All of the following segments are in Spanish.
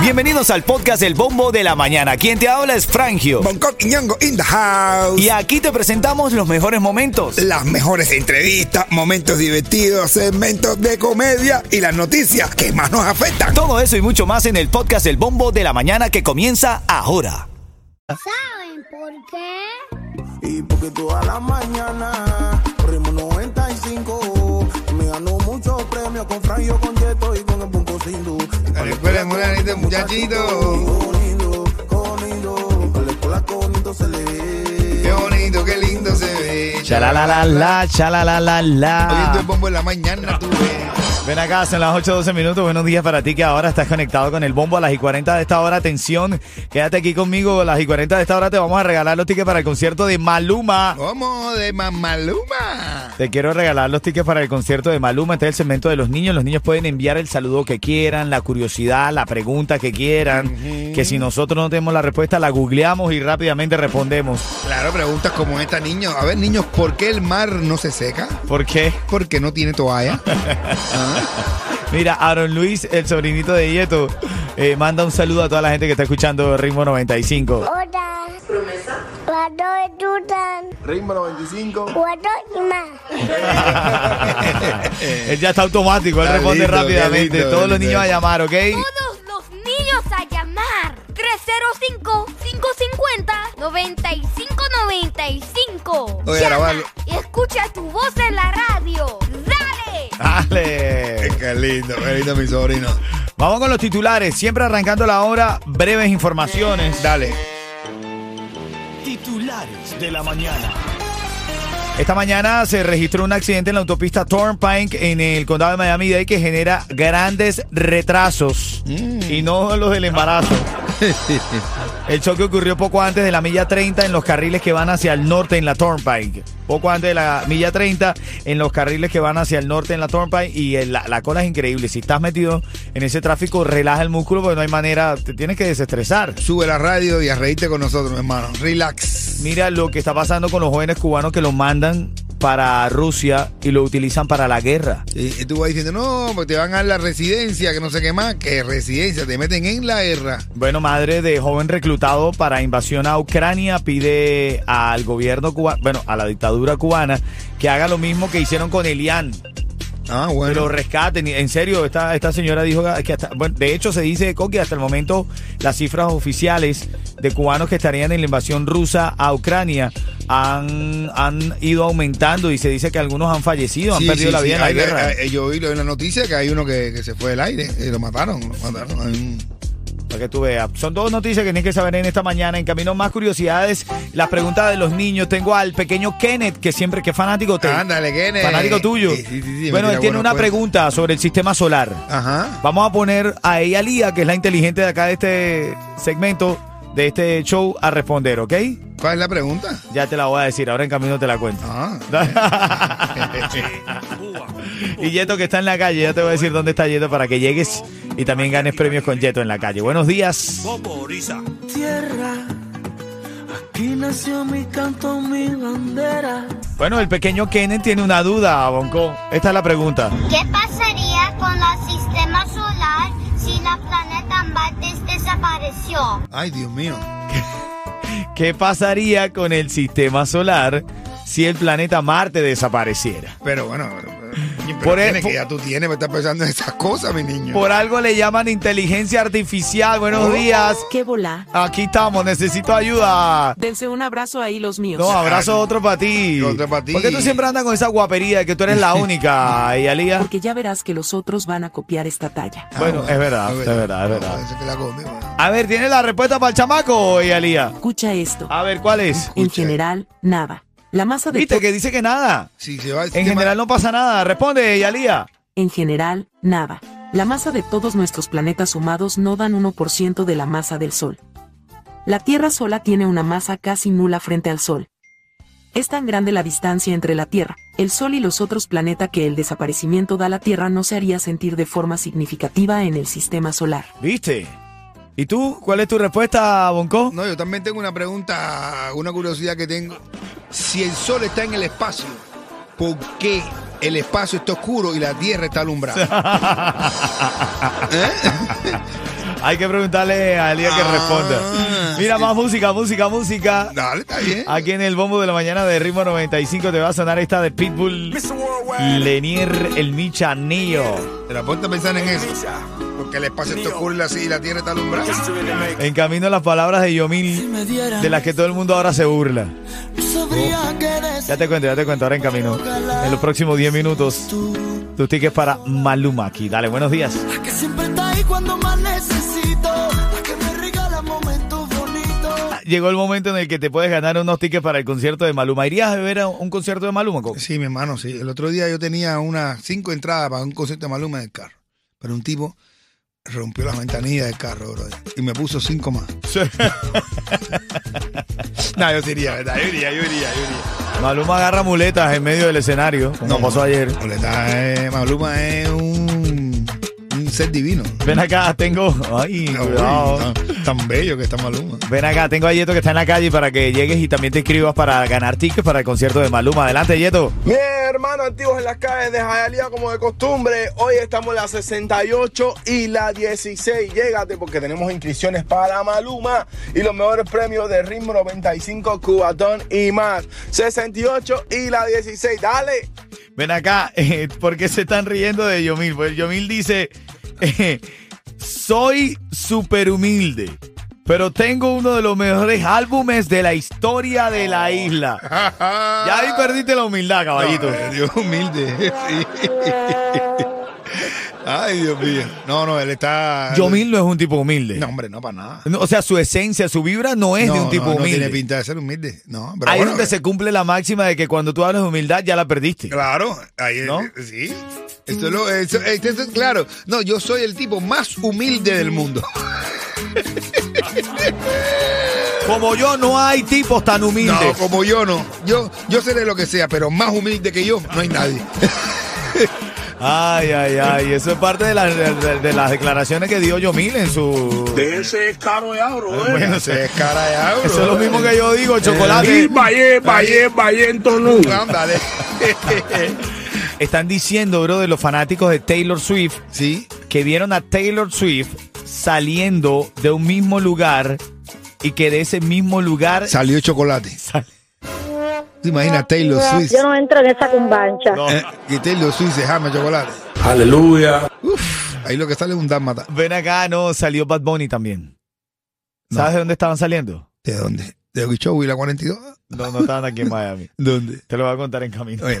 Bienvenidos al podcast El Bombo de la Mañana. Quien te habla es Frangio. Bangkok y Ñongo in the house. Y aquí te presentamos los mejores momentos. Las mejores entrevistas, momentos divertidos, segmentos de comedia y las noticias que más nos afectan. Todo eso y mucho más en el podcast El Bombo de la Mañana que comienza ahora. ¿Saben por qué? Y porque toda la mañana corrimos 95. Me ganó muchos premios con Franjo, con Yeto y con el Bunco Sindu. A la escuela de Moranito, muchachito. Conido, conido, a la escuela conido se le ve. Qué bonito, qué lindo se ve. Chalalalala, Oyendo el chalalalala. bombo en la mañana, tú ves. Ven acá, son las 8.12 minutos. Buenos días para ti que ahora estás conectado con el bombo a las y 40 de esta hora. Atención, quédate aquí conmigo. A las y 40 de esta hora te vamos a regalar los tickets para el concierto de Maluma. ¿Cómo de Mamaluma? Te quiero regalar los tickets para el concierto de Maluma. Este es el segmento de los niños. Los niños pueden enviar el saludo que quieran, la curiosidad, la pregunta que quieran. Que si nosotros no tenemos la respuesta, la googleamos y rápidamente respondemos. Claro, preguntas como esta, niños. A ver, niños, ¿por qué el mar no se seca? ¿Por qué? Porque no tiene toalla. Mira, Aaron Luis, el sobrinito de Yeto, eh, manda un saludo a toda la gente que está escuchando Ritmo 95. Hola. Cuando dudan, Ritmo 95. cuando y más. Él ya está automático, él Está responde lindo, rápidamente. qué lindo, Todos los lindo. niños a llamar, ¿ok? todos los niños a llamar. 305-550-9595. Oye, Llama grabalo. y escucha tu voz en la radio. ¡Dale! Dale. qué lindo, qué lindo, mi sobrino. Vamos con los titulares. Siempre arrancando la hora, breves informaciones. Dale. Titulares de la mañana. Esta mañana se registró un accidente en la autopista Turnpike en el condado de Miami-Dade que genera grandes retrasos y no los del embarazo. el choque ocurrió poco antes de la milla 30 en los carriles que van hacia el norte en la Turnpike. Poco antes de la milla 30 en los carriles que van hacia el norte en la Turnpike y el- la, la cola es increíble. Si estás metido en ese tráfico, relaja el músculo porque no hay manera, te tienes que desestresar. Sube la radio y a reírte con nosotros, hermano. Relax. Mira lo que está pasando con los jóvenes cubanos que los mandan para Rusia y lo utilizan para la guerra. Y, y tú vas diciendo, no, pues te van a dar la residencia, que no sé qué más, que residencia, te meten en la guerra. Bueno, madre de joven reclutado para invasión a Ucrania pide al gobierno cubano, bueno, a la dictadura cubana, que haga lo mismo que hicieron con Elian, Ah, que lo bueno. rescaten. Y, En serio, esta, esta señora dijo que hasta, bueno, de hecho se dice, Coqui, hasta el momento las cifras oficiales de cubanos que estarían en la invasión rusa a Ucrania han, han ido aumentando y se dice que algunos han fallecido, han Sí, perdido sí, la sí. eh, vida en la Ahí le- guerra. ahí- yo vi lo en la noticia que hay uno que, que se fue del aire y lo mataron, lo mataron. Hay un- Para que tú veas. Son dos noticias que tienes que saber en esta mañana. En camino más curiosidades, las preguntas de los niños. Tengo al pequeño Kenneth, que siempre que es fanático te- Ándale, Kenneth. Fanático tuyo. Sí, sí, sí, me bueno, él tira tiene buenos una cuentos. pregunta sobre el sistema solar. Ajá. Vamos a poner a ella Lía, que es la inteligente de acá de este segmento, de este show, a responder, ¿ok? ¿Cuál es la pregunta? Ya te la voy a decir, ahora en camino te la cuento. Ah. y Yeto que está en la calle, ya te voy a decir dónde está Yeto para que llegues y también ganes premios con Yeto en la calle. Buenos días. tierra. Aquí nació mi canto, mi bandera. Bueno, el pequeño Kenneth tiene una duda, Bonco. Esta es la pregunta. ¿Qué pasaría con el sistema solar si la planeta Marte desapareció? Ay, Dios mío. ¿Qué pasaría con el sistema solar si el planeta Marte desapareciera? Pero bueno, pero- pero Por el- tienes por- que ya tú tienes, me estás pensando en esas cosas, mi niño. Por algo le llaman inteligencia artificial. Buenos días. ¡Qué bola! Aquí estamos, necesito ayuda. Dense un abrazo ahí los míos. No, abrazo otro para ti. Otro pa' ti. ¿Por qué tú siempre andas con esa guapería de que tú eres la única, eh, Yalía? Porque ya verás que los otros van a copiar esta talla. Ah, Bueno, es verdad, es verdad, es verdad. eso que la comí, bueno. A ver, ¿tienes la respuesta para el chamaco, Yalía? Escucha esto. A ver, ¿cuál es? En general, nada. La masa de Viste to- que dice que nada. Si se va el En sistema- general no pasa nada. Responde, Yalía. en general, nada. La masa de todos nuestros planetas sumados no dan 1% de la masa del Sol. La Tierra sola tiene una masa casi nula frente al Sol. Es tan grande la distancia entre la Tierra, el Sol y los otros planetas que el desaparecimiento da a la Tierra no se haría sentir de forma significativa en el sistema solar. ¿Viste? ¿Y tú? ¿Cuál es tu respuesta, Bonco? No, yo también tengo una pregunta, una curiosidad que tengo. Si el sol está en el espacio, ¿por qué el espacio está oscuro y la tierra está alumbrada? ¿Eh? Hay que preguntarle a Elías que Ah, responda. Mira, sí. más música, música, música. Dale, está bien. Aquí en el bombo de la mañana de ritmo 95 te va a sonar esta de Pitbull, Lenier, el Michanillo. Pero ponte a pensar en eso. Porque el espacio está oscuro y la, y la tierra está alumbrada. En camino a las palabras de Yomil, de las que todo el mundo ahora se burla. Ya te cuento, ya te cuento, ahora en camino. En los próximos 10 minutos, tus tickets para Maluma aquí. Dale, buenos días. que siempre está ahí cuando más necesito. La que me regala momentos bonitos. Llegó el momento en el que te puedes ganar unos tickets para el concierto de Maluma. ¿Irías a ver a un concierto de Maluma? Coco? Sí, mi hermano, sí. El otro día yo tenía unas cinco entradas para un concierto de Maluma en el carro. Pero un tipo rompió las ventanillas del carro, bro. Y me puso cinco más. no, yo sí iría, ¿verdad? Yo iría, yo iría, yo iría. Maluma agarra muletas en medio del escenario, como pasó ayer. Maluma es, Maluma es un, un ser divino. Ven acá, tengo. Ay, Uy, cuidado. tan, tan bello que está Maluma. Ven acá, tengo a Yeto que está en la calle para que llegues y también te escribas para ganar tickets para el concierto de Maluma. Adelante, Yeto. Bien, hermanos antiguos en las calles de Jayalía, como de costumbre. Hoy estamos en la 68 y la 16. Llégate porque tenemos inscripciones para Maluma y los mejores premios de Ritmo 95, Cubatón y más. 68 y la 16. Dale. Ven acá, eh, ¿por qué se están riendo de Yomil? Pues Yomil dice, eh, soy súper humilde, pero tengo uno de los mejores álbumes de la historia de la isla. Ya ahí perdiste la humildad, caballito. No, eh, Dios humilde. sí. Ay, Dios mío. No, no, él está. Yomil no es un tipo humilde. eh, No, hombre, no para nada. No, O sea, su esencia, su vibra no es de No, un tipo no, no humilde. tiene pinta de ser humilde. No, pero Ahí es bueno, donde se cumple la máxima de que cuando tú hablas de humildad ya la perdiste. Claro, ahí es- ¿No? sí. Esto es lo- eso- esto es claro. No, yo soy el tipo más humilde del mundo. Como yo no hay tipos tan No, humildes. como yo no. Yo, yo seré lo que sea, pero más humilde que yo no hay nadie. Ay, ay, ay. Eso es parte de, las- de- de las declaraciones que dio Yomil en su... Ese es caro ya, ¿eh? bro. Bueno, se descarayado. Eso es lo mismo que yo Eh, digo, chocolate. Valle, valle, valle, entonces. Ándale. Están diciendo, bro, de los fanáticos de Taylor Swift, Sí. que vieron a Taylor Swift saliendo de un mismo lugar y que de ese mismo lugar... Salió chocolate. sal- ¿Te imaginas Taylor Swift? Yo no entro en esa cumbancha. No. Eh, y Taylor Swift se jama chocolate. Aleluya. Uf, ahí lo que sale es un dálmata. Ven acá, no, salió Bad Bunny también. ¿Sabes de dónde estaban saliendo? ¿De dónde? ¿De Okeechobee y la 42? No, no estaban aquí en Miami. ¿Dónde? Te lo voy a contar en camino. Oye,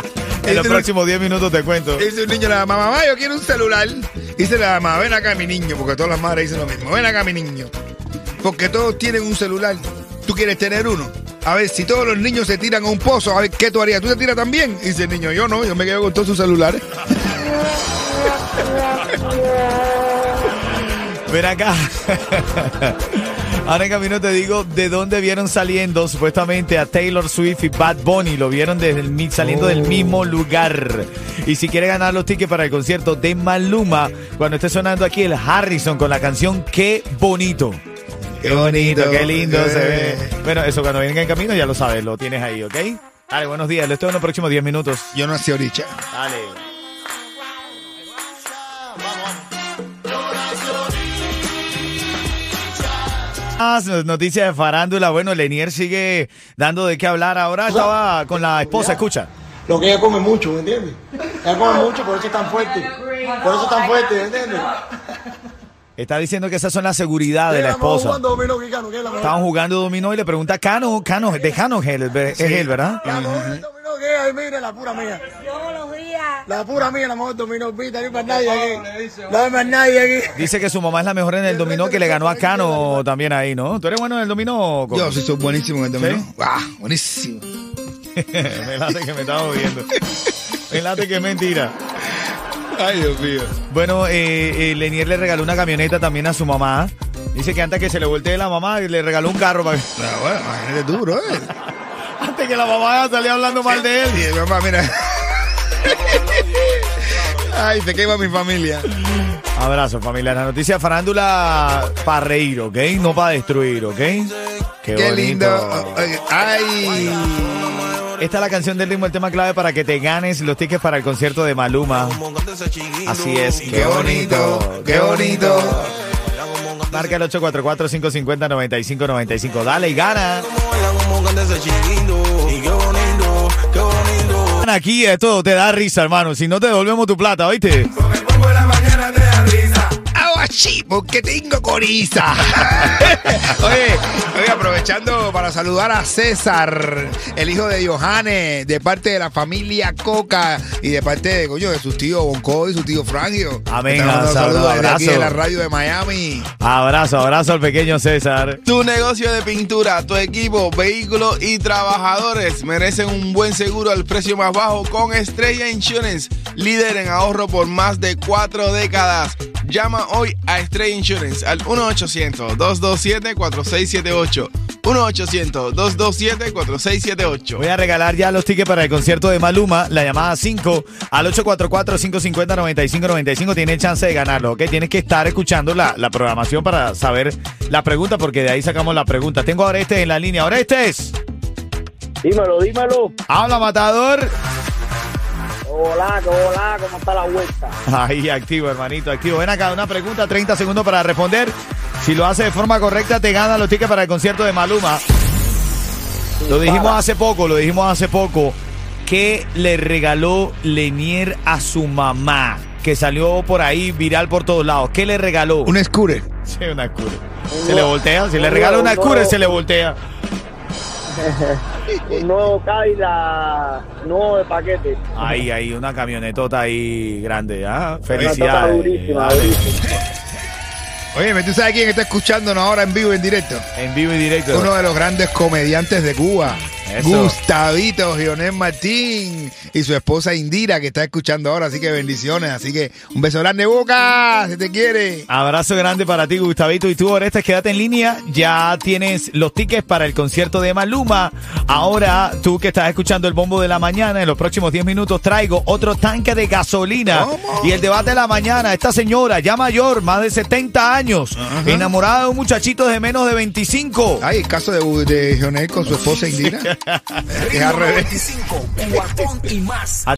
Este En los próximos 10 minutos te cuento. Dice un niño a la mamá, mamá, yo quiero un celular. Dice la mamá, ven acá mi niño, porque todas las madres dicen lo mismo, ven acá mi niño. Porque todos tienen un celular, tú quieres tener uno. A ver, si todos los niños se tiran a un pozo, a ver, ¿qué tú harías? ¿Tú te tiras también? Dice el niño, yo no, yo me quedo con todos sus celulares. Ven acá. Ahora en camino te digo de dónde vieron saliendo supuestamente a Taylor Swift y Bad Bunny. Lo vieron desde el mi- saliendo del Oh. mismo lugar. Y si quiere ganar los tickets para el concierto de Maluma, cuando esté sonando aquí el Harrison con la canción Qué bonito. Qué bonito, Qué lindo se ve. eh. Bueno, eso cuando venga en camino ya lo sabes, lo tienes ahí, ¿ok? Dale, buenos días. Lo estoy en los próximos 10 minutos. Yo nací ahorita. Dale. Ah, no- Noticias de farándula. Bueno, Lenier sigue dando de qué hablar. Ahora estaba con la esposa, escucha. Lo que ella come mucho, ¿me entiendes? Ella come mucho, por eso es tan fuerte. Por eso es tan fuerte, ¿me entiendes? Está diciendo que esas son la seguridad de la esposa. Estaban jugando dominó y le pregunta a Cano, Cano, de Cano es él, es él, ¿verdad? Mira, la pura mía. Todos los días. La pura mía, la mejor dominó pita, no hay más nadie aquí. No hay más nadie aquí. Dice que su mamá es la mejor en el dominó que le ganó a Cano también ahí, ¿no? ¿Tú eres bueno en el dominó? Coco? Yo sí soy buenísimo en el dominó. ¿Sí? Ah, buenísimo. me late que me estaba jodiendo. Me late que es mentira. Ay, Dios mío. Bueno, eh, eh, Lenier le regaló una camioneta también a su mamá. Dice que antes que se le voltee la mamá, le regaló un carro para que... Ah, bueno, imagínate tú, bro. Antes que la mamá salía hablando mal de él. Sí, mamá, mira. Ay, se quema mi familia. Abrazo, familia. La noticia farándula para reír, ¿ok? No para destruir, ¿ok? Qué, Qué bonito. lindo. Ay. Esta es la canción del ritmo, el tema clave para que te ganes los tickets para el concierto de Maluma. Así es. Qué bonito, qué bonito. Marca el 844-550-9595. Dale y gana. Gana Aquí esto te da risa, hermano. Si no te devolvemos tu plata, ¿oíste? Agua porque tengo coriza. oye, oye, aprovechando para saludar a César, el hijo de Johannes, de parte de la familia Coca y de parte de, coño, de sus tíos Bonco y su tío Frangio. Amén, Están mandando saludo, saludos desde aquí abrazo. de la radio de Miami. Abrazo, abrazo al pequeño César. Tu negocio de pintura, tu equipo, vehículo y trabajadores merecen un buen seguro al precio más bajo con Estrella Insurance, líder en ahorro por más de cuatro décadas. Llama hoy a Estrella Insurance al 1-800-227-4678. 1-800-227-4678. Voy a regalar ya los tickets para el concierto de Maluma, la llamada 5 al 844-550-9595. Tiene chance de ganarlo, ¿ok? Tienes que estar escuchando la, la programación para saber la pregunta, porque de ahí sacamos la pregunta. Tengo a Orestes en la línea. Orestes, Dímelo, dímelo. habla matador. Hola, hola, ¿cómo está la vuelta? Ahí, activo, hermanito, activo. Ven acá, una pregunta, 30 segundos para responder. Si lo haces de forma correcta, te ganan los tickets para el concierto de Maluma. Lo dijimos hace poco, lo dijimos hace poco. ¿Qué le regaló Lenier a su mamá? Que salió por ahí viral por todos lados. ¿Qué le regaló? Un escure. Sí, una escura. Se le voltea, si le regala una escura, se le voltea. Un nuevo Cadillac, nuevo de paquete. Ahí, ahí, una camionetota ahí grande. ¿ah? Una tapa Felicidades. durísima, durísima. Oye, ¿tú sabes quién está escuchándonos ahora en vivo, en directo? En vivo y directo. Uno de los grandes comediantes de Cuba, Eso. Gustavito Gionel Martín y su esposa Indira, que está escuchando ahora, así que bendiciones, así que un beso grande boca, si te quiere. Abrazo grande para ti, Gustavito. Y tú, Orestes, quédate en línea. Ya tienes los tickets para el concierto de Maluma. Ahora, tú que estás escuchando el bombo de la mañana, en los próximos 10 minutos traigo otro tanque de gasolina. Y el debate de la mañana, esta señora ya mayor, más de 70 años, enamorada de un muchachito de menos de 25. Ay, el caso de, de Gionel con su esposa Indira. es al revés. A